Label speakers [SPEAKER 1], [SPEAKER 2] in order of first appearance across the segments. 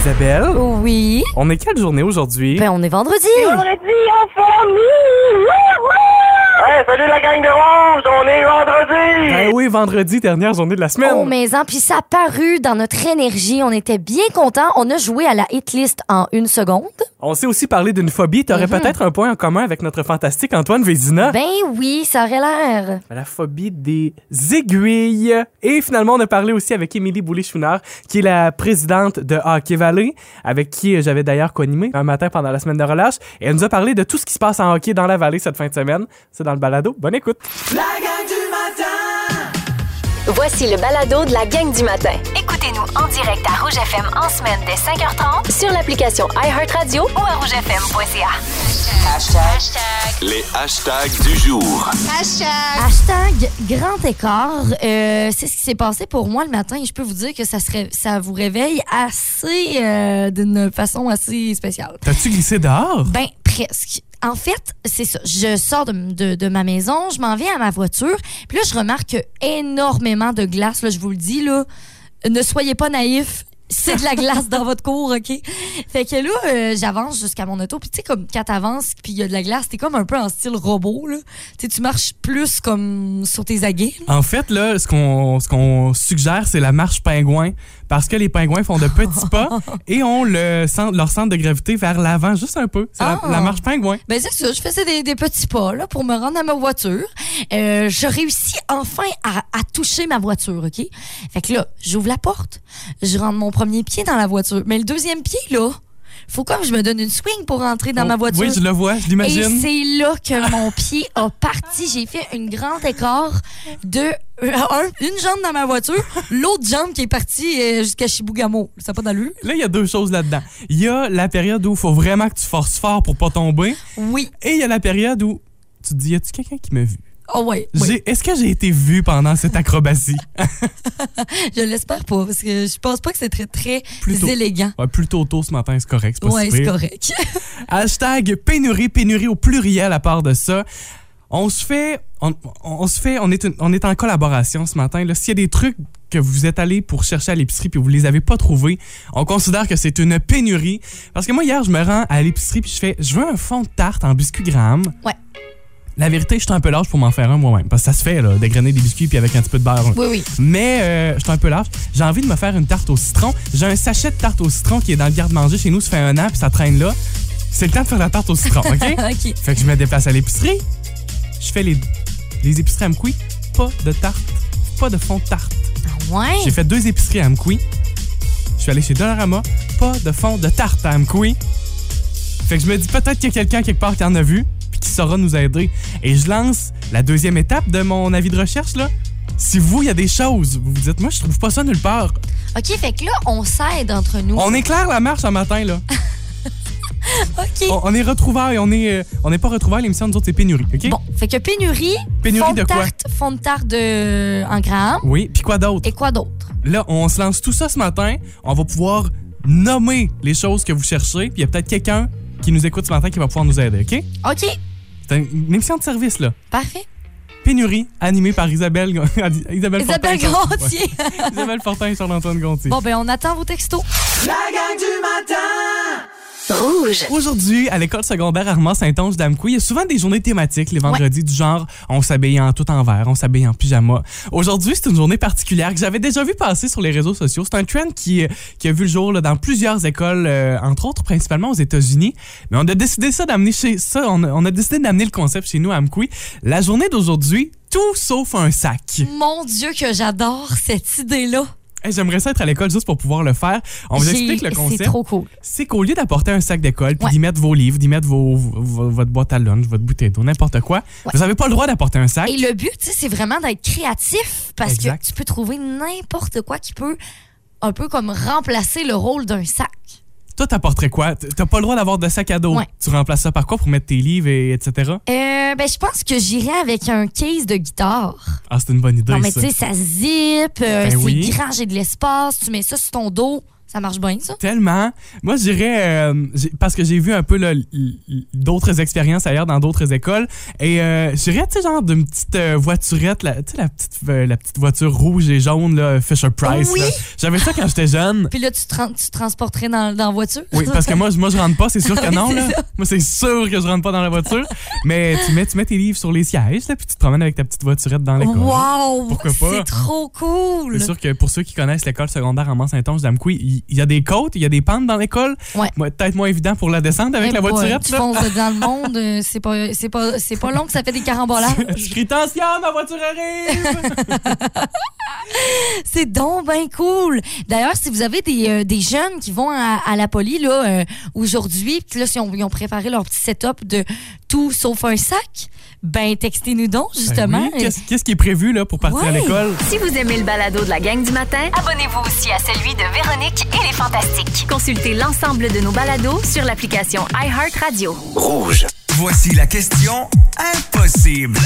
[SPEAKER 1] Isabelle,
[SPEAKER 2] Oui.
[SPEAKER 1] on est quelle journée aujourd'hui?
[SPEAKER 2] Ben, on est vendredi.
[SPEAKER 3] Hey, salut la gang de Rouge, on est vendredi!
[SPEAKER 2] euh,
[SPEAKER 1] Ben oui, vendredi, dernière journée de la semaine.
[SPEAKER 2] Au maison, Oh, hein, puis ça a paru dans notre énergie. On était bien contents. On a joué à la hit list en une seconde.
[SPEAKER 1] On s'est aussi parlé d'une phobie. T'aurais peut-être un point en commun avec notre fantastique Antoine Vézina.
[SPEAKER 2] Mhm. Ben oui, ça aurait l'air.
[SPEAKER 1] La phobie des aiguilles. Et finalement, on a parlé aussi avec Émilie Boulay-Chouinard, qui est la présidente de Hockey Valley, avec qui euh, j'avais d'ailleurs co-animé un matin pendant la semaine de relâche. Et elle nous a parlé de tout ce qui se passe en hockey dans la vallée cette fin de semaine. C'est dans le balado. Bonne écoute.
[SPEAKER 4] Voici le balado de la gang du matin. Écoutez-nous en direct à Rouge FM en semaine dès 5h30 sur l'application iHeartRadio ou à rougefm.ca.
[SPEAKER 5] Les hashtags du jour.
[SPEAKER 2] Hashtag grand écart. Euh, c'est ce qui s'est passé pour moi le matin. Et Je peux vous dire que ça, serait, ça vous réveille assez euh, d'une façon assez spéciale.
[SPEAKER 1] T'as-tu glissé dehors?
[SPEAKER 2] Ben, presque. En fait, c'est ça. Je sors de, de- de ma maison, je m'en vais à ma voiture, puis là, je remarque énormément de glace. Là, je vous le dis, là, ne soyez pas naïfs. C'est de la glace dans votre cour, OK? Fait que là, euh, j'avance jusqu'à mon auto. Puis tu sais, comme quand t'avances, puis il y a de la glace, t'es comme un peu en style robot, là. Tu sais, tu marches plus comme sur tes aguets.
[SPEAKER 6] En fait, là, ce qu'on ce qu'on suggère, c'est la marche pingouin. Parce que les pingouins font de petits pas et ont le centre- leur centre de gravité vers l'avant, juste un peu. C'est la-
[SPEAKER 2] Ah.
[SPEAKER 6] la, marche pingouin.
[SPEAKER 2] Ben c'est ça, je faisais des, des petits pas là, pour me rendre à ma voiture. Euh, je réussis enfin à, à toucher ma voiture, OK? Fait que là, j'ouvre la porte, je rentre mon premier pied dans la voiture. Mais le deuxième pied, là, faut comme je me donne une swing pour rentrer dans ma voiture.
[SPEAKER 6] Oh, Oui, je le vois, je
[SPEAKER 2] Et
[SPEAKER 6] l'imagine.
[SPEAKER 2] c'est là que mon pied a parti. J'ai fait un grand écart de euh, un- une jambe dans ma voiture, l'autre jambe qui est partie euh, jusqu'à Chibougamau. Ça n'a pas d'allure?
[SPEAKER 6] Là, il y a deux choses là-dedans. Il y a la période où il faut vraiment que tu forces fort pour pas tomber.
[SPEAKER 2] Oui.
[SPEAKER 6] Et il y a la période où tu te dis, y a-tu quelqu'un qui m'a vu?
[SPEAKER 2] Oh ouais. oui.
[SPEAKER 6] J'ai- Est-ce que j'ai été vu pendant cette acrobatie?
[SPEAKER 2] Je l'espère pas, parce que je pense pas que c'est très, très
[SPEAKER 6] Plutôt.
[SPEAKER 2] élégant.
[SPEAKER 6] Ouais, plutôt tôt ce matin, c'est correct. C'est pas
[SPEAKER 2] Ouais,
[SPEAKER 6] si
[SPEAKER 2] c'est
[SPEAKER 6] pire.
[SPEAKER 2] correct.
[SPEAKER 6] Hashtag pénurie, pénurie au pluriel à part de ça. On se fait, on, on se fait, on est, une- on est en collaboration ce matin. là. S'il y a des trucs que vous êtes allés pour chercher à l'épicerie puis vous les avez pas trouvés, on considère que c'est une pénurie. Parce que moi hier, je me rends à l'épicerie puis je fais, je veux un fond de tarte en biscuit gramme.
[SPEAKER 2] Ouais.
[SPEAKER 6] La vérité, je suis un peu large pour m'en faire un moi-même. Parce que ça se fait, là, dégrainer des biscuits puis avec un petit peu de beurre.
[SPEAKER 2] Oui, oui.
[SPEAKER 6] Mais euh, je suis un peu large. J'ai envie de me faire une tarte au citron. J'ai un sachet de tarte au citron qui est dans le garde-manger chez nous. Ça fait un an, puis ça traîne là. C'est le temps de faire la tarte au citron, OK?
[SPEAKER 2] Ah, OK.
[SPEAKER 6] fait que je me déplace à l'épicerie. Je fais les, les épiceries à Mkoui. Pas de tarte. Pas de fond de tarte.
[SPEAKER 2] Ah ouais.
[SPEAKER 6] Oh. J'ai fait deux épiceries à Mkoui. Je suis allé chez Dollarama. Pas de fond de tarte à Mkoui. Fait que je me dis peut-être qu'il y a quelqu'un quelque part qui en a vu puis qui saura nous aider. Et je lance la deuxième étape de mon avis de recherche, là. Si vous, il y a des choses, vous vous dites, moi, je trouve pas ça nulle part.
[SPEAKER 2] OK, fait que là, on s'aide entre nous.
[SPEAKER 6] On éclaire la marche un matin, là.
[SPEAKER 2] OK.
[SPEAKER 6] On, on est retrouvailles, on est, euh, on n'est pas retrouvailles, l'émission, nous autres, c'est pénurie, OK?
[SPEAKER 2] Bon, fait que pénurie,
[SPEAKER 6] Pénurie
[SPEAKER 2] fond
[SPEAKER 6] de quoi?
[SPEAKER 2] tarte, fond de tarte de... en gramme.
[SPEAKER 6] Oui, puis quoi d'autre?
[SPEAKER 2] Et quoi d'autre?
[SPEAKER 6] Là, on se lance tout ça ce matin. On va pouvoir nommer les choses que vous cherchez, puis il y a peut-être quelqu'un qui nous écoute ce matin qui va pouvoir nous aider, OK?
[SPEAKER 2] OK,
[SPEAKER 6] C'est un- une émission de service, là.
[SPEAKER 2] parfait.
[SPEAKER 6] Pénurie, animée par Isabelle... Isabelle, Fortin et
[SPEAKER 2] Isabelle
[SPEAKER 6] Charles-
[SPEAKER 2] Grandier.
[SPEAKER 6] Ouais. Isabelle Fortin et Charles-Antoine Gontier.
[SPEAKER 2] Bon, ben, on attend vos textos.
[SPEAKER 4] Rouge.
[SPEAKER 6] Aujourd'hui, à l'école secondaire Armand Saint-Onge d'Amqui, il y a souvent des journées thématiques les vendredis du genre on s'habille en tout en vert, on s'habille en pyjama. Aujourd'hui, c'est une journée particulière que j'avais déjà vu passer sur les réseaux sociaux. C'est un trend qui, euh, qui a vu le jour là, dans plusieurs écoles, euh, entre autres principalement aux États-Unis. Mais on a décidé ça d'amener chez ça, on a, on a décidé d'amener le concept chez nous à Amqui. La journée d'aujourd'hui, tout sauf un sac.
[SPEAKER 2] Mon Dieu, que j'adore cette idée-là.
[SPEAKER 6] Hey, J'aimerais ça être à l'école juste pour pouvoir le faire. On vous
[SPEAKER 2] J'ai-
[SPEAKER 6] explique le
[SPEAKER 2] C'est
[SPEAKER 6] concept.
[SPEAKER 2] trop cool.
[SPEAKER 6] c'est qu'au lieu d'apporter un sac d'école, puis
[SPEAKER 2] Ouais.
[SPEAKER 6] d'y mettre vos livres, d'y mettre vos, vo- votre boîte à lunch, votre bouteille d'eau, n'importe quoi,
[SPEAKER 2] Ouais.
[SPEAKER 6] vous n'avez pas le droit d'apporter un sac.
[SPEAKER 2] Et le but, tu sais, c'est vraiment d'être créatif parce
[SPEAKER 6] Exact.
[SPEAKER 2] que tu peux trouver n'importe quoi qui peut un peu comme remplacer le rôle d'un sac.
[SPEAKER 6] Toi, t'apporterais quoi? T- T'as pas le droit d'avoir de sac à dos.
[SPEAKER 2] Ouais.
[SPEAKER 6] Tu remplaces ça par quoi pour mettre tes livres, et etc.?
[SPEAKER 2] Euh, ben, je pense que j'irai avec un case de guitare.
[SPEAKER 6] Ah, c'est une bonne idée,
[SPEAKER 2] Non, mais tu
[SPEAKER 6] ça.
[SPEAKER 2] sais, ça zip, euh,
[SPEAKER 6] Ben
[SPEAKER 2] c'est
[SPEAKER 6] oui.
[SPEAKER 2] grand, j'ai de l'espace, tu mets ça sur ton dos, Ça marche bien, ça?
[SPEAKER 6] Tellement. Moi, je dirais, euh, j'ai- parce que j'ai vu un peu là, l- l- d'autres expériences ailleurs dans d'autres écoles. Et euh, je dirais, tu sais, genre d'une petite euh, voiturette, la, tu sais, la petite, euh, la petite voiture rouge et jaune, là, Fisher Price.
[SPEAKER 2] Oui.
[SPEAKER 6] là. J'avais ça quand j'étais jeune.
[SPEAKER 2] Puis là, tu, tran- tu te transporterais dans, dans la voiture?
[SPEAKER 6] Oui, parce que moi, je- moi je rentre pas, c'est sûr que
[SPEAKER 2] Oui,
[SPEAKER 6] non.
[SPEAKER 2] c'est
[SPEAKER 6] Là. Moi, c'est sûr que je rentre pas dans la voiture. Mais tu mets, tu mets tes livres sur les sièges, là, puis tu te promènes avec ta petite voiturette dans l'école.
[SPEAKER 2] Wow!
[SPEAKER 6] Pourquoi pas?
[SPEAKER 2] C'est trop cool!
[SPEAKER 6] C'est sûr que pour ceux qui connaissent l'école secondaire en Mont-Saint-Onge, Damkoui, il il y a des côtes, il y a des pentes dans l'école.
[SPEAKER 2] Ouais.
[SPEAKER 6] Moi, Peut-être moins évident pour la descente avec
[SPEAKER 2] Eh
[SPEAKER 6] la
[SPEAKER 2] boy,
[SPEAKER 6] voiturette.
[SPEAKER 2] Tu
[SPEAKER 6] là.
[SPEAKER 2] fonces dans le monde, euh, c'est pas, c'est pas, c'est pas long que ça fait des
[SPEAKER 6] Tu
[SPEAKER 2] carambolages.
[SPEAKER 6] cries attention, ma voiture arrive!
[SPEAKER 2] c'est donc bien cool. D'ailleurs, si vous avez des, euh, des jeunes qui vont à, à la poly là, euh, aujourd'hui, puis là, si on- ils ont préparé leur petit setup de tout sauf un sac, ben textez-nous donc, justement.
[SPEAKER 6] Ben oui, Qu'est-ce qu'est-ce qui est prévu là, pour partir à
[SPEAKER 2] Ouais.
[SPEAKER 6] l'école?
[SPEAKER 4] Si vous aimez le balado de la gang du matin, abonnez-vous aussi à celui de Véronique et les Fantastiques. Consultez l'ensemble de nos balados sur l'application iHeartRadio.
[SPEAKER 5] Rouge.
[SPEAKER 7] Voici la question impossible.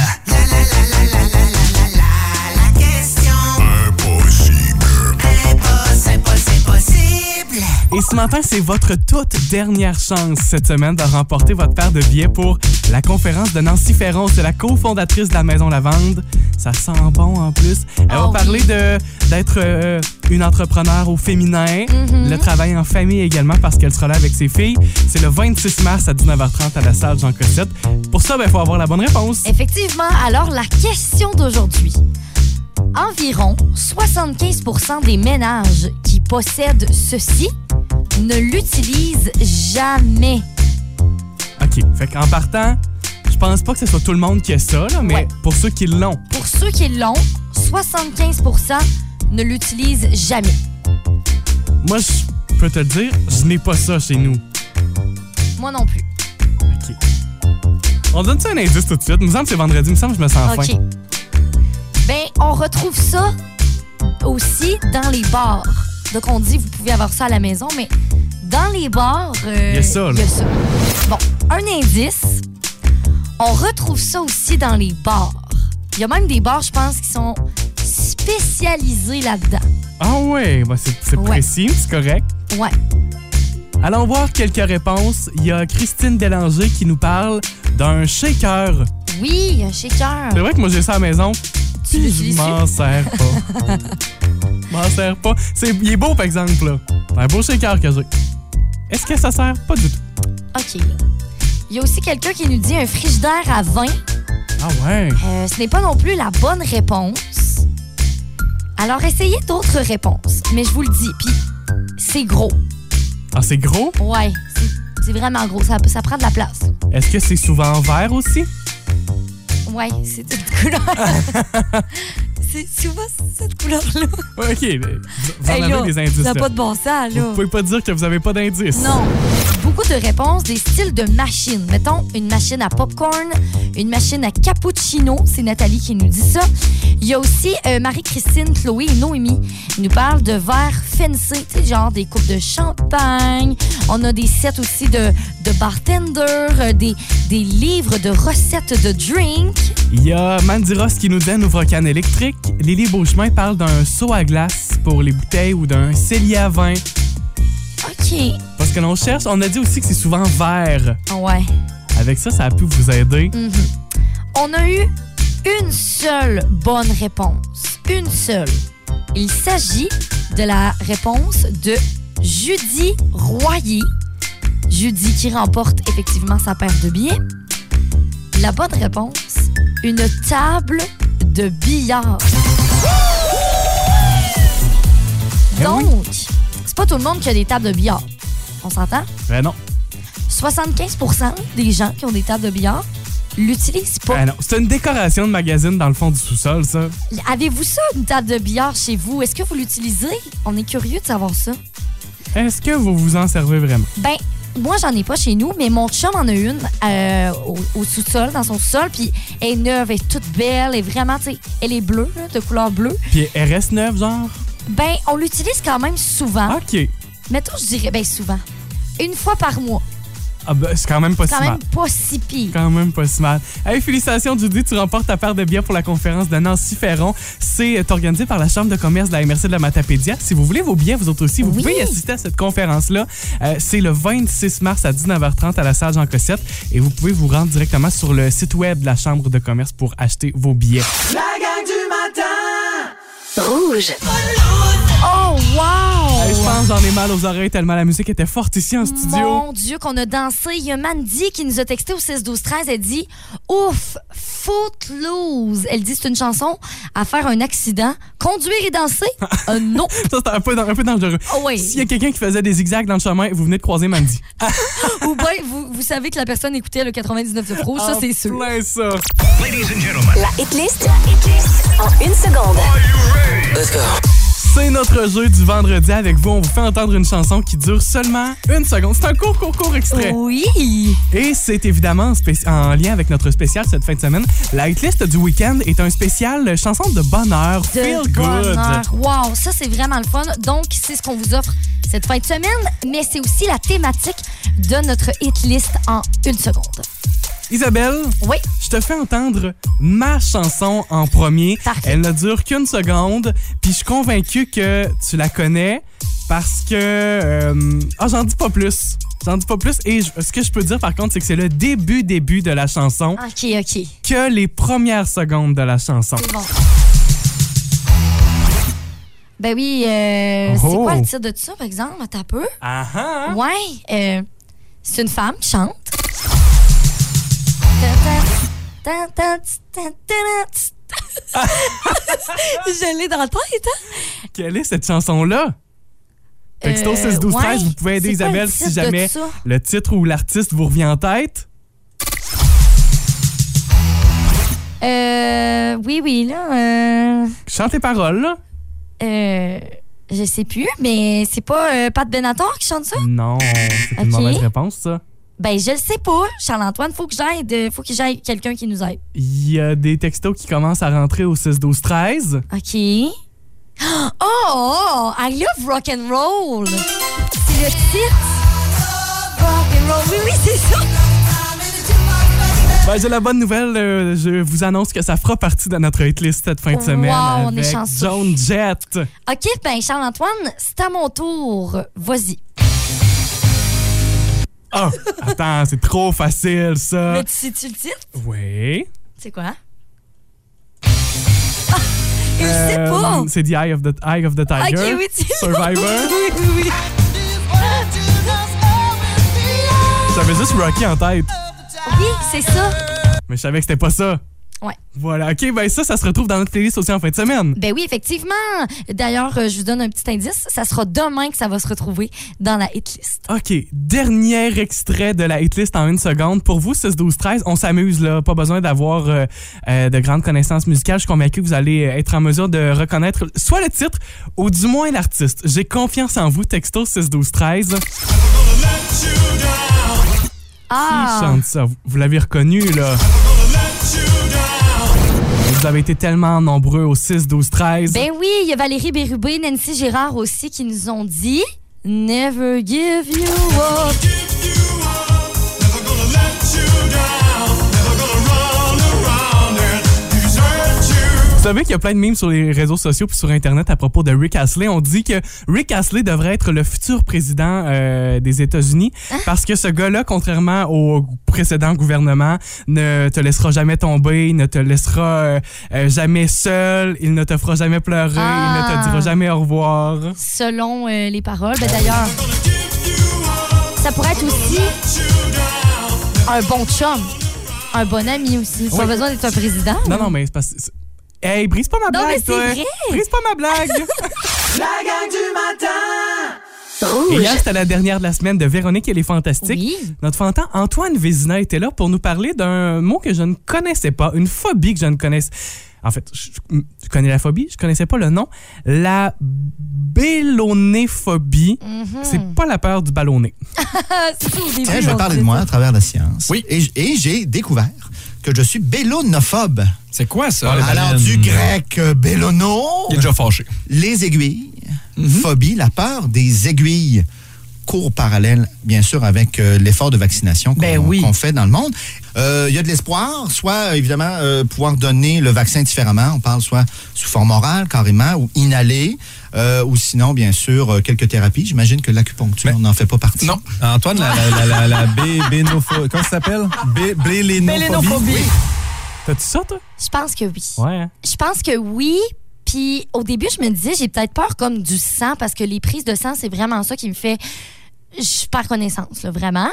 [SPEAKER 6] Et ce matin, c'est votre toute dernière chance cette semaine de remporter votre paire de billets pour la conférence de Nancy Ferron. C'est la cofondatrice de la Maison Lavande. Ça sent bon en plus. Elle va
[SPEAKER 2] Oh oui.
[SPEAKER 6] parler de d'être euh, une entrepreneur au féminin,
[SPEAKER 2] Mm-hmm.
[SPEAKER 6] le travail en famille également parce qu'elle sera là avec ses filles. C'est le 26 mars à 19h30 à la salle Jean Cossette. Pour ça, il faut avoir la bonne réponse.
[SPEAKER 2] Euh, Effectivement, alors la question d'aujourd'hui. Environ 75 des ménages qui possèdent ceci ne l'utilisent jamais.
[SPEAKER 6] OK. Fait qu'en partant, je pense pas que ce soit tout le monde qui a ça, là, mais
[SPEAKER 2] Ouais.
[SPEAKER 6] pour ceux qui l'ont,
[SPEAKER 2] Pour ceux qui l'ont, 75 ne l'utilisent jamais.
[SPEAKER 6] moi, je peux te le dire, je n'ai pas ça chez nous.
[SPEAKER 2] Moi non plus.
[SPEAKER 6] OK. On donne-tu un indice tout de suite? Il me semble que c'est vendredi, il me semble que je me sens faim.
[SPEAKER 2] OK. Ben, on retrouve ça aussi dans les bars. Donc, on dit, vous pouvez avoir ça à la maison, mais dans les bars, euh,
[SPEAKER 6] Il y a ça, là.
[SPEAKER 2] il y a ça. Bon, un indice, on retrouve ça aussi dans les bars. Il y a même des bars, je pense, qui sont spécialisés là-dedans.
[SPEAKER 6] Ah ouais, bah c'est c'est
[SPEAKER 2] Ouais.
[SPEAKER 6] précis, c'est correct.
[SPEAKER 2] Ouais.
[SPEAKER 6] Allons voir quelques réponses. Il y a Christine Délanger qui nous parle d'un shaker.
[SPEAKER 2] Oui, un shaker.
[SPEAKER 6] C'est vrai que moi, j'ai ça à la maison, puis
[SPEAKER 2] Tu
[SPEAKER 6] je
[SPEAKER 2] l'utilises-tu?
[SPEAKER 6] m'en sers pas. Je m'en sers pas. C'est- il est beau, par exemple, là. C'est un beau shaker que j'ai. Est-ce que ça sert? Pas du tout.
[SPEAKER 2] OK. Il y a aussi quelqu'un qui nous dit un frigidaire à vin.
[SPEAKER 6] Ah ouais.
[SPEAKER 2] Euh, ce n'est pas non plus la bonne réponse. Alors essayez d'autres réponses. Mais je vous le dis, puis c'est gros.
[SPEAKER 6] Ah, c'est gros.
[SPEAKER 2] Ouais, c'est- c'est vraiment gros. Ça, ça prend de la place.
[SPEAKER 6] Est-ce que c'est souvent vert aussi?
[SPEAKER 2] Ouais, c'est de cette couleur. c'est souvent cette couleur-là.
[SPEAKER 6] Ouais, OK. euh, Vous, vous
[SPEAKER 2] Hey,
[SPEAKER 6] en
[SPEAKER 2] là,
[SPEAKER 6] avez des indices,
[SPEAKER 2] Ça
[SPEAKER 6] là.
[SPEAKER 2] n'a pas de bon sens, là.
[SPEAKER 6] Vous pouvez pas dire que vous avez pas d'indices.
[SPEAKER 2] Non. Beaucoup de réponses, des styles de machines. Mettons une machine à popcorn, une machine à cappuccino. C'est Nathalie qui nous dit ça. Il y a aussi euh, Marie-Christine, Chloé et Noémie. Ils nous parlent de verres fancy, tu sais, genre des coupes de champagne. On a des sets aussi de, de bartenders, euh, des, des livres de recettes de drinks.
[SPEAKER 6] Il y a Mandy Ross qui nous dit un ouvre-canne électrique. Lily Beauchemin parle d'un seau à glace pour les bouteilles ou d'un cellier à vin.
[SPEAKER 2] OK.
[SPEAKER 6] Parce que l'on cherche, on a dit aussi que c'est souvent vert.
[SPEAKER 2] Ouais.
[SPEAKER 6] Avec ça, ça a pu vous aider.
[SPEAKER 2] Mhm. On a eu une seule bonne réponse. Une seule. Il s'agit de la réponse de Judy Royer. Judy qui remporte effectivement sa paire de billets. La bonne réponse, une table de billard.
[SPEAKER 6] Ben oui.
[SPEAKER 2] Donc, c'est pas tout le monde qui a des tables de billard. On s'entend?
[SPEAKER 6] Ben non,
[SPEAKER 2] 75 des gens qui ont des tables de billard l'utilisent pas.
[SPEAKER 6] ben non. C'est une décoration de magazine dans le fond du sous-sol, ça.
[SPEAKER 2] Avez-vous ça, une table de billard chez vous? Est-ce que vous l'utilisez? On est curieux de savoir ça.
[SPEAKER 6] Est-ce que vous vous en servez vraiment?
[SPEAKER 2] Ben, moi, j'en ai pas chez nous, mais mon chum en a une euh, au, au sous-sol, dans son sous-sol, puis elle est neuve, elle est toute belle, elle est vraiment, tu sais, elle est bleue, là, de couleur bleue.
[SPEAKER 6] Puis RS9, genre?
[SPEAKER 2] Ben, on
[SPEAKER 6] Ah.
[SPEAKER 2] l'utilise quand même souvent.
[SPEAKER 6] OK.
[SPEAKER 2] Mettons, je dirais, ben, souvent. Une fois par mois.
[SPEAKER 6] Ah ben, c'est quand même pas
[SPEAKER 2] Quand
[SPEAKER 6] si mal.
[SPEAKER 2] même pas si pire.
[SPEAKER 6] Quand même pas si mal. Hey, félicitations, Judy. Tu remportes ta part de billets pour la conférence de Nancy Ferron. C'est euh, organisé par la Chambre de commerce de la MRC de la Matapédia. Si vous voulez vos billets, vous autres aussi, vous
[SPEAKER 2] Oui.
[SPEAKER 6] pouvez y assister à cette conférence-là. Euh, c'est le 26 mars à 19h30 à la salle Jean Cossette. Et vous pouvez vous rendre directement sur le site web de la Chambre de commerce pour acheter vos billets.
[SPEAKER 8] La gang du matin
[SPEAKER 4] Rouge.
[SPEAKER 2] Oh, wow!
[SPEAKER 6] Hey, je pense que j'en ai mal aux oreilles tellement la musique était forte ici en studio.
[SPEAKER 2] Mon Dieu, qu'on a dansé. Il y a Mandy qui nous a texté au 6-12-13. Elle dit Ouf, footloose. Elle dit C'est une chanson à faire un accident. Conduire et danser Euh, Non.
[SPEAKER 6] Ça, c'est un peu, un peu dangereux.
[SPEAKER 2] Ah oui.
[SPEAKER 6] S'il y a quelqu'un qui faisait des zigzags dans le chemin, vous venez de croiser Mandy.
[SPEAKER 2] Ou bien, vous, vous savez que la personne écoutait le 99 de Pro,
[SPEAKER 6] Ah,
[SPEAKER 2] ça, c'est sûr.
[SPEAKER 6] Oh, Plein ça.
[SPEAKER 7] Ladies and gentlemen,
[SPEAKER 4] La hit list en une seconde.
[SPEAKER 6] C'est notre jeu du vendredi avec vous. On vous fait entendre une chanson qui dure seulement une seconde. C'est un court, court, court extrait.
[SPEAKER 2] Oh. Oui.
[SPEAKER 6] Et c'est évidemment en, spéci- en lien avec notre spécial cette fin de semaine. La hitlist du week-end est un spécial euh, chanson de bonheur, feel
[SPEAKER 2] de
[SPEAKER 6] good.
[SPEAKER 2] bonheur. Wow, ça c'est vraiment le fun. Donc, c'est ce qu'on vous offre cette fin de semaine, mais c'est aussi la thématique de notre hit list en une seconde.
[SPEAKER 6] Isabelle,
[SPEAKER 2] Oui,
[SPEAKER 6] je te fais entendre ma chanson en premier.
[SPEAKER 2] Parfait.
[SPEAKER 6] Elle ne dure qu'une seconde, puis je suis convaincue que tu la connais parce que... euh, Ah, j'en dis pas plus. J'en dis pas plus. Et je- ce que je peux dire par contre, c'est que c'est le début, début de la chanson.
[SPEAKER 2] ok, ok.
[SPEAKER 6] que les premières secondes de la chanson.
[SPEAKER 2] C'est bon. Ben oui, euh, c'est
[SPEAKER 6] Oh.
[SPEAKER 2] quoi le titre de ça, par exemple? T'as peu?
[SPEAKER 6] Ah ah!
[SPEAKER 2] Ouais, euh, c'est une femme qui chante. Je l'ai dans le tête, hein?
[SPEAKER 6] Quelle est cette chanson-là? Texto
[SPEAKER 2] Euh,
[SPEAKER 6] 6 12 13,
[SPEAKER 2] ouais.
[SPEAKER 6] vous pouvez aider
[SPEAKER 2] C'est quoi
[SPEAKER 6] Isabelle
[SPEAKER 2] le
[SPEAKER 6] si
[SPEAKER 2] titre de
[SPEAKER 6] jamais
[SPEAKER 2] ça?
[SPEAKER 6] le titre ou l'artiste vous revient en tête.
[SPEAKER 2] Euh, oui, oui, là. Euh,
[SPEAKER 6] Chante les paroles, là.
[SPEAKER 2] euh, je sais plus, mais c'est pas euh, Pat Benatar qui chante ça?
[SPEAKER 6] Non, c'est
[SPEAKER 2] Ok.
[SPEAKER 6] une mauvaise réponse, ça.
[SPEAKER 2] Ben, je le sais pas. Charles-Antoine, faut que j'aide. euh, Faut que j'aille quelqu'un qui nous aide.
[SPEAKER 6] Il y a des textos qui commencent à rentrer au 6 12 13.
[SPEAKER 2] OK. Oh, oh, I love rock and roll. C'est le titre. Rock and roll. Oui, oui, c'est ça.
[SPEAKER 6] Ben, j'ai la bonne nouvelle, euh, je vous annonce que ça fera partie de notre hitlist cette fin de
[SPEAKER 2] Wow,
[SPEAKER 6] semaine
[SPEAKER 2] on est
[SPEAKER 6] avec
[SPEAKER 2] chanceux.
[SPEAKER 6] Joan Jett.
[SPEAKER 2] OK, ben, Charles-Antoine, c'est à mon tour. Vas-y.
[SPEAKER 6] Ah, attends, c'est trop facile ça.
[SPEAKER 2] Mais tu sais-tu le titre?
[SPEAKER 6] Oui.
[SPEAKER 2] Euh. C'est quoi? Ah, Je sais
[SPEAKER 6] Euh,
[SPEAKER 2] pas.
[SPEAKER 6] C'est The Eye of the, Eye of the Tiger.
[SPEAKER 2] Ok, oui, tu
[SPEAKER 6] Survivor.
[SPEAKER 2] Oui, oui, oui.
[SPEAKER 6] J'avais juste Rocky en tête,
[SPEAKER 2] Oui, c'est ça.
[SPEAKER 6] mais je savais que c'était pas ça.
[SPEAKER 2] Ouais.
[SPEAKER 6] Voilà, ok, ben ça, ça se retrouve dans notre playlist aussi en fin de semaine.
[SPEAKER 2] Ben oui, effectivement. D'ailleurs, euh, je vous donne un petit indice. Ça sera demain que ça va se retrouver dans la hit list.
[SPEAKER 6] Ok, dernier extrait de la hitlist en une seconde. Pour vous, 6, 12, 13, on s'amuse là. Pas besoin d'avoir euh, euh, de grandes connaissances musicales. Je suis convaincu que vous allez euh, être en mesure de reconnaître soit le titre ou du moins l'artiste. J'ai confiance en vous, texto 6, 12, 13. Qui
[SPEAKER 2] Ah!
[SPEAKER 6] chante ça? Vous- Vous l'avez reconnu, là. Vous avez été tellement nombreux au 6, 12, 13.
[SPEAKER 2] Ben oui, il y a Valérie Bérubé, Nancy Gérard aussi qui nous ont dit Never give you up.
[SPEAKER 6] Vous savez qu'il y a plein de mimes sur les réseaux sociaux puis sur Internet à propos de Rick Astley. On dit que Rick Astley devrait être le futur président euh, des États-Unis
[SPEAKER 2] Ah.
[SPEAKER 6] parce que ce gars-là, contrairement au précédent gouvernement, ne te laissera jamais tomber, il ne te laissera euh, euh, jamais seul, il ne te fera jamais pleurer, il ne
[SPEAKER 2] Ah.
[SPEAKER 6] te dira jamais au revoir.
[SPEAKER 2] Selon euh, les paroles. Ben d'ailleurs, ça pourrait être aussi un bon chum, un bon ami aussi. Pas
[SPEAKER 6] Oui.
[SPEAKER 2] besoin d'être un président.
[SPEAKER 6] Non, non, mais c'est parce que... c'est- Hey, brise pas ma
[SPEAKER 2] Non, mais
[SPEAKER 6] blague,
[SPEAKER 2] c'est
[SPEAKER 6] toi!
[SPEAKER 2] vrai.
[SPEAKER 6] Brise pas ma blague!
[SPEAKER 8] La gang du matin
[SPEAKER 6] Et hier, c'était la dernière de la semaine de Véronique et les Fantastiques.
[SPEAKER 2] Oui.
[SPEAKER 6] Notre fantan Antoine Vézina était là pour nous parler d'un mot que je ne connaissais pas, une phobie que je ne connaissais. En fait, je, je connais la phobie, je connaissais pas le nom. La bélonéphobie,
[SPEAKER 2] Mhm.
[SPEAKER 6] c'est pas la peur du ballonné.
[SPEAKER 2] Ah, c'est tout au début,
[SPEAKER 9] Tiens, Eh, je vais
[SPEAKER 2] on
[SPEAKER 9] parler
[SPEAKER 2] dit
[SPEAKER 9] de moi
[SPEAKER 2] ça.
[SPEAKER 9] à travers la science.
[SPEAKER 10] Oui.
[SPEAKER 9] Et, j- et j'ai découvert que je suis bélonophobe.
[SPEAKER 10] C'est quoi
[SPEAKER 7] Ah,
[SPEAKER 10] ça?
[SPEAKER 9] Alors, du grec euh, bélono,
[SPEAKER 10] Il est déjà fâché. Mhm.
[SPEAKER 9] les aiguilles, phobie, la peur des aiguilles. court parallèle, bien sûr, avec euh, l'effort de vaccination qu'on
[SPEAKER 6] Ben oui.
[SPEAKER 9] qu'on fait dans le monde. Euh, Il y a de l'espoir, soit évidemment euh, pouvoir donner le vaccin différemment. On parle soit sous forme orale carrément ou inhalée, euh, ou sinon, bien sûr, euh, quelques thérapies. J'imagine que l'acupuncture n'en fait pas partie.
[SPEAKER 10] Ben, Non. Antoine, la, la, la, la, la bé- bénopho- Comment ça s'appelle? Bé- Bélénophobie.
[SPEAKER 6] T'as-tu ça, toi?
[SPEAKER 2] Je pense que oui.
[SPEAKER 6] Ouais. hein?
[SPEAKER 2] Je pense que oui. Puis au début, je me disais, j'ai peut-être peur comme du sang parce que les prises de sang, c'est vraiment ça qui me fait. Je perds connaissance, là, vraiment.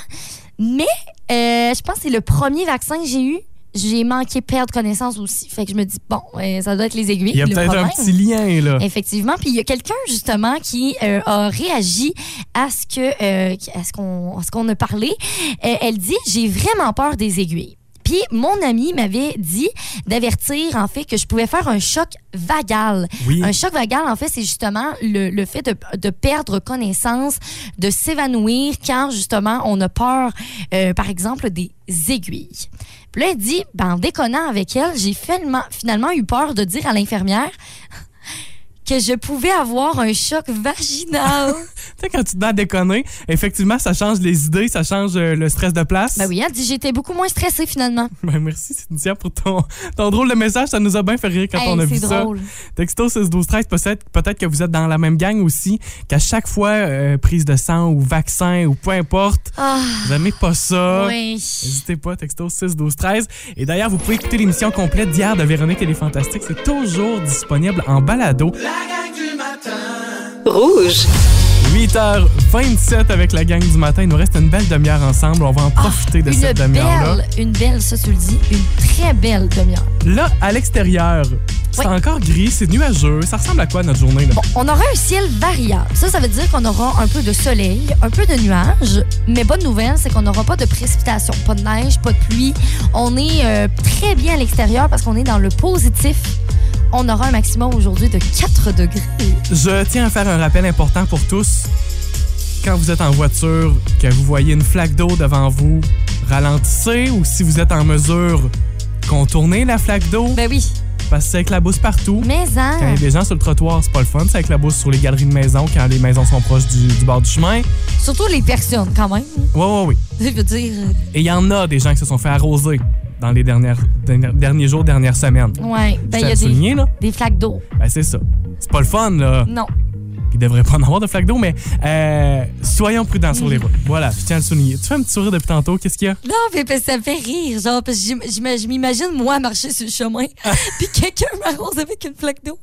[SPEAKER 2] Mais euh, je pense que c'est le premier vaccin que j'ai eu. J'ai manqué perdre connaissance aussi. Fait que je me dis, bon, euh, ça doit être les aiguilles.
[SPEAKER 6] Il y a
[SPEAKER 2] le
[SPEAKER 6] peut-être un
[SPEAKER 2] problème.
[SPEAKER 6] petit lien, là.
[SPEAKER 2] Effectivement. Puis il y a quelqu'un, justement, qui euh, a réagi à ce que euh, à ce qu'on à ce qu'on a parlé. Euh, elle dit J'ai vraiment peur des aiguilles. Puis mon ami m'avait dit d'avertir, en fait, que je pouvais faire un choc vagal.
[SPEAKER 6] Oui.
[SPEAKER 2] Un choc vagal, en fait, c'est justement le, le fait de, de perdre connaissance, de s'évanouir quand, justement, on a peur, euh, par exemple, des aiguilles. Puis là, elle dit, ben, en déconnant avec elle, j'ai finalement, finalement eu peur de dire à l'infirmière que je pouvais avoir un choc vaginal.
[SPEAKER 6] Tu sais, quand tu te mets à déconner, effectivement, ça change les idées, ça change euh, le stress de place.
[SPEAKER 2] ben oui, elle dit, j'étais beaucoup moins stressée finalement.
[SPEAKER 6] Ben, merci, Cynthia, pour ton, ton drôle de message. Ça nous a bien fait rire quand
[SPEAKER 2] Hey,
[SPEAKER 6] on a vu
[SPEAKER 2] c'est
[SPEAKER 6] ça.
[SPEAKER 2] drôle.
[SPEAKER 6] Texto 6 12 13 peut-être peut-être que vous êtes dans la même gang aussi, qu'à chaque fois, euh, prise de sang ou vaccin ou peu importe,
[SPEAKER 2] Ah,
[SPEAKER 6] vous n'aimez pas ça.
[SPEAKER 2] oui.
[SPEAKER 6] N'hésitez pas, texto 6 12 13. Et d'ailleurs, vous pouvez écouter l'émission complète d'hier de Véronique et les Fantastiques. C'est toujours disponible en balado.
[SPEAKER 8] La gang du matin.
[SPEAKER 4] Rouge.
[SPEAKER 6] 8h27 avec la gang du matin. Il nous reste une belle demi-heure ensemble. On va en profiter de
[SPEAKER 2] Ah, une
[SPEAKER 6] cette demi-heure-là.
[SPEAKER 2] belle, une belle, ça tu le dis, une très belle demi-heure.
[SPEAKER 6] Là, à l'extérieur, c'est
[SPEAKER 2] Oui.
[SPEAKER 6] encore gris, c'est nuageux. Ça ressemble à quoi notre journée? Là?
[SPEAKER 2] Bon, on aura un ciel variable. Ça, ça veut dire qu'on aura un peu de soleil, un peu de nuages, mais bonne nouvelle, c'est qu'on n'aura pas de précipitations, pas de neige, pas de pluie. On est euh, très bien à l'extérieur parce qu'on est dans le positif. On aura un maximum aujourd'hui de 4 degrés.
[SPEAKER 6] Je tiens à faire un rappel important pour tous. Quand vous êtes en voiture, que vous voyez une flaque d'eau devant vous, ralentissez ou si vous êtes en mesure, contournez la flaque d'eau
[SPEAKER 2] Ben oui,
[SPEAKER 6] parce que ça éclabousse partout.
[SPEAKER 2] mais hein,
[SPEAKER 6] Quand il y a des gens sur le trottoir, c'est pas le fun. Ça éclabousse sur les galeries de maisons quand les maisons sont proches du, du bord du chemin.
[SPEAKER 2] surtout les personnes quand même.
[SPEAKER 6] Ouais, ouais, oui.
[SPEAKER 2] Je veux dire, euh,
[SPEAKER 6] Et il y en a des gens qui se sont fait arroser dans les dernières, dernières- derniers jours, dernières semaines.
[SPEAKER 2] ouais,
[SPEAKER 6] Je
[SPEAKER 2] ben il y
[SPEAKER 6] tiens à
[SPEAKER 2] a
[SPEAKER 6] le
[SPEAKER 2] des,
[SPEAKER 6] souligner, là.
[SPEAKER 2] des flaques d'eau.
[SPEAKER 6] Ben, c'est ça. C'est pas le fun, là.
[SPEAKER 2] Non.
[SPEAKER 6] Il devrait pas en avoir de flaque d'eau, mais euh, soyons prudents sur les routes. Voilà, je tiens à le souligner. Tu fais un petit sourire depuis tantôt, qu'est-ce qu'il y a?
[SPEAKER 2] Non, mais parce que ça me fait rire, genre, parce que j'im- j'im- je m'imagine, moi, marcher sur le chemin,
[SPEAKER 6] Ah.
[SPEAKER 2] puis quelqu'un m'arrose avec une flaque d'eau.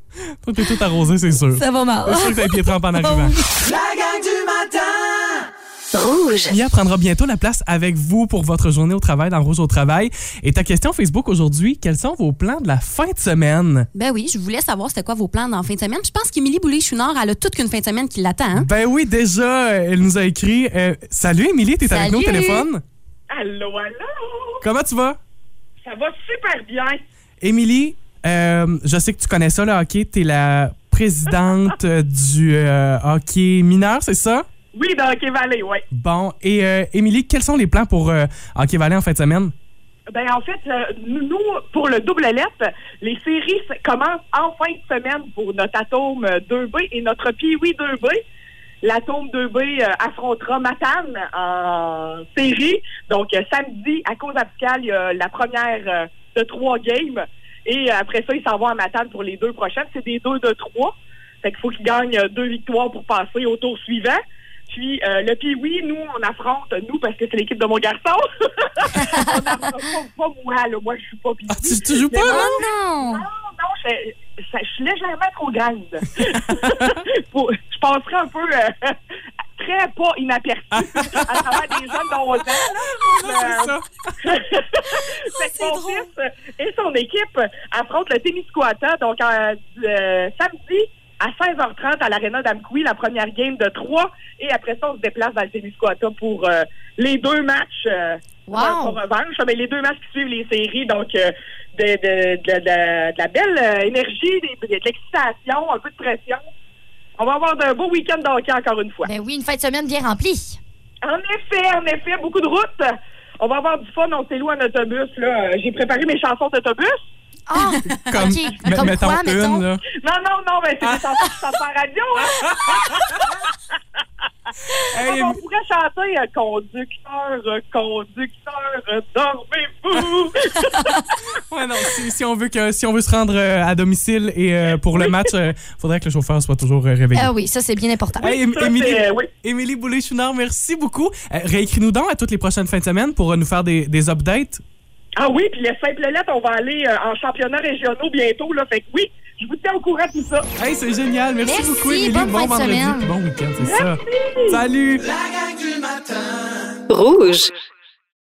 [SPEAKER 6] Toi, t'es tout arrosé, c'est sûr.
[SPEAKER 2] Ça va mal.
[SPEAKER 6] C'est sûr que t'as les pieds trempés en arrivant.
[SPEAKER 8] La gang du matin.
[SPEAKER 4] Rouge.
[SPEAKER 6] Mia prendra bientôt la place avec vous pour votre journée au travail dans Rouge au travail. Et ta question Facebook aujourd'hui, quels sont vos plans de la fin de semaine?
[SPEAKER 11] Ben oui, je voulais savoir c'était quoi vos plans dans la fin de semaine. Je pense qu'Émilie Boulay-Chouinard, elle a toute qu'une fin de semaine qui l'attend. hein?
[SPEAKER 6] Ben oui, déjà, euh, elle nous a écrit. euh, Salut Émilie, t'es avec nous au
[SPEAKER 11] Salut.
[SPEAKER 6] téléphone?
[SPEAKER 3] Allô, allô?
[SPEAKER 6] Comment tu vas?
[SPEAKER 3] Ça va super bien.
[SPEAKER 6] Émilie, euh, je sais que tu connais ça, le hockey. T'es la présidente euh, du euh, hockey mineur, c'est ça?
[SPEAKER 3] Oui, dans Hockey Valley, oui.
[SPEAKER 6] Bon, et euh, Émilie, quels sont les plans pour euh, Hockey Valley en fin de semaine?
[SPEAKER 3] Ben, en fait, euh, nous, nous, pour le double lettre, les séries s- commencent en fin de semaine pour notre Atome euh, 2B et notre Pee-Wee 2B. L'Atome 2B euh, affrontera Matane en série. Donc, euh, samedi, à cause abscale, il y a la première euh, de trois games. Et euh, après ça, ils s'en vont à Matane pour les deux prochaines. C'est des deux de trois. Fait qu'il faut qu'ils gagnent euh, deux victoires pour passer au tour suivant. Puis, euh, le Pee-Wee, nous, on affronte, nous, parce que c'est l'équipe de mon garçon. On en- pas, pas moi, là. Moi, je suis pas pire.
[SPEAKER 6] Ah, tu, tu joues pas,
[SPEAKER 3] Mais
[SPEAKER 6] là?
[SPEAKER 2] Oh non!
[SPEAKER 3] Ah Non, non, je, je- je suis légèrement trop grande. Pour- je passerai un peu euh, très pas inaperçue à travers des jeunes dont on
[SPEAKER 6] Ah C'est ça.
[SPEAKER 3] fait que mon fils euh, et son équipe affrontent le Témiscouata, donc euh, du- euh, samedi à 16h30 à l'Arena d'Amkoui, la première game de 3. Et après ça, on se déplace dans le Témiscouata pour euh, les deux matchs. euh,
[SPEAKER 2] Wow.
[SPEAKER 3] pour- pour revanche, mais les deux matchs qui suivent les séries, donc euh, de, de- de- de- de la belle euh, énergie, des- de, de l'excitation, un peu de pression. On va avoir d'un beau week-end d'hockey encore une fois.
[SPEAKER 2] Ben oui, une fin de semaine bien remplie.
[SPEAKER 3] En effet, en effet, beaucoup de routes. On va avoir du fun, on s'est loin en autobus. là. Euh, J'ai préparé mes chansons d'autobus.
[SPEAKER 2] Ah,
[SPEAKER 6] Comme,
[SPEAKER 2] ok.
[SPEAKER 6] me-
[SPEAKER 2] Comme
[SPEAKER 6] mettons
[SPEAKER 2] quoi,
[SPEAKER 6] une,
[SPEAKER 2] mettons?
[SPEAKER 6] là.
[SPEAKER 3] Non, non, non, mais c'est des chansons qui sont en radio. hein. Hey, on pourrait chanter euh, Conducteur, euh, conducteur, euh, dormez-vous!
[SPEAKER 6] Ouais, non, si, si on veut que, si on veut se rendre euh, à domicile et euh, pour le match, il faudrait que le chauffeur soit toujours euh, réveillé.
[SPEAKER 2] Ah oui, ça, c'est bien important.
[SPEAKER 6] Hey, Em- Émilie,
[SPEAKER 3] euh,
[SPEAKER 6] Émilie Boulay-Chouinard, merci beaucoup. Euh, Réécris-nous donc à toutes les prochaines fins de semaine pour euh, nous faire des, des updates.
[SPEAKER 3] ah oui, puis les simples lettres, on va aller euh, en championnat régionaux bientôt, là. Fait que oui, je vous tiens au courant de tout ça.
[SPEAKER 6] Hey, c'est génial. Merci,
[SPEAKER 3] Merci,
[SPEAKER 6] beaucoup, Émilie.
[SPEAKER 3] bonne fin
[SPEAKER 6] bon
[SPEAKER 3] de
[SPEAKER 6] vendredi.
[SPEAKER 3] semaine.
[SPEAKER 6] Bon week-end, c'est ça. Salut.
[SPEAKER 8] La gang du matin.
[SPEAKER 4] Rouge.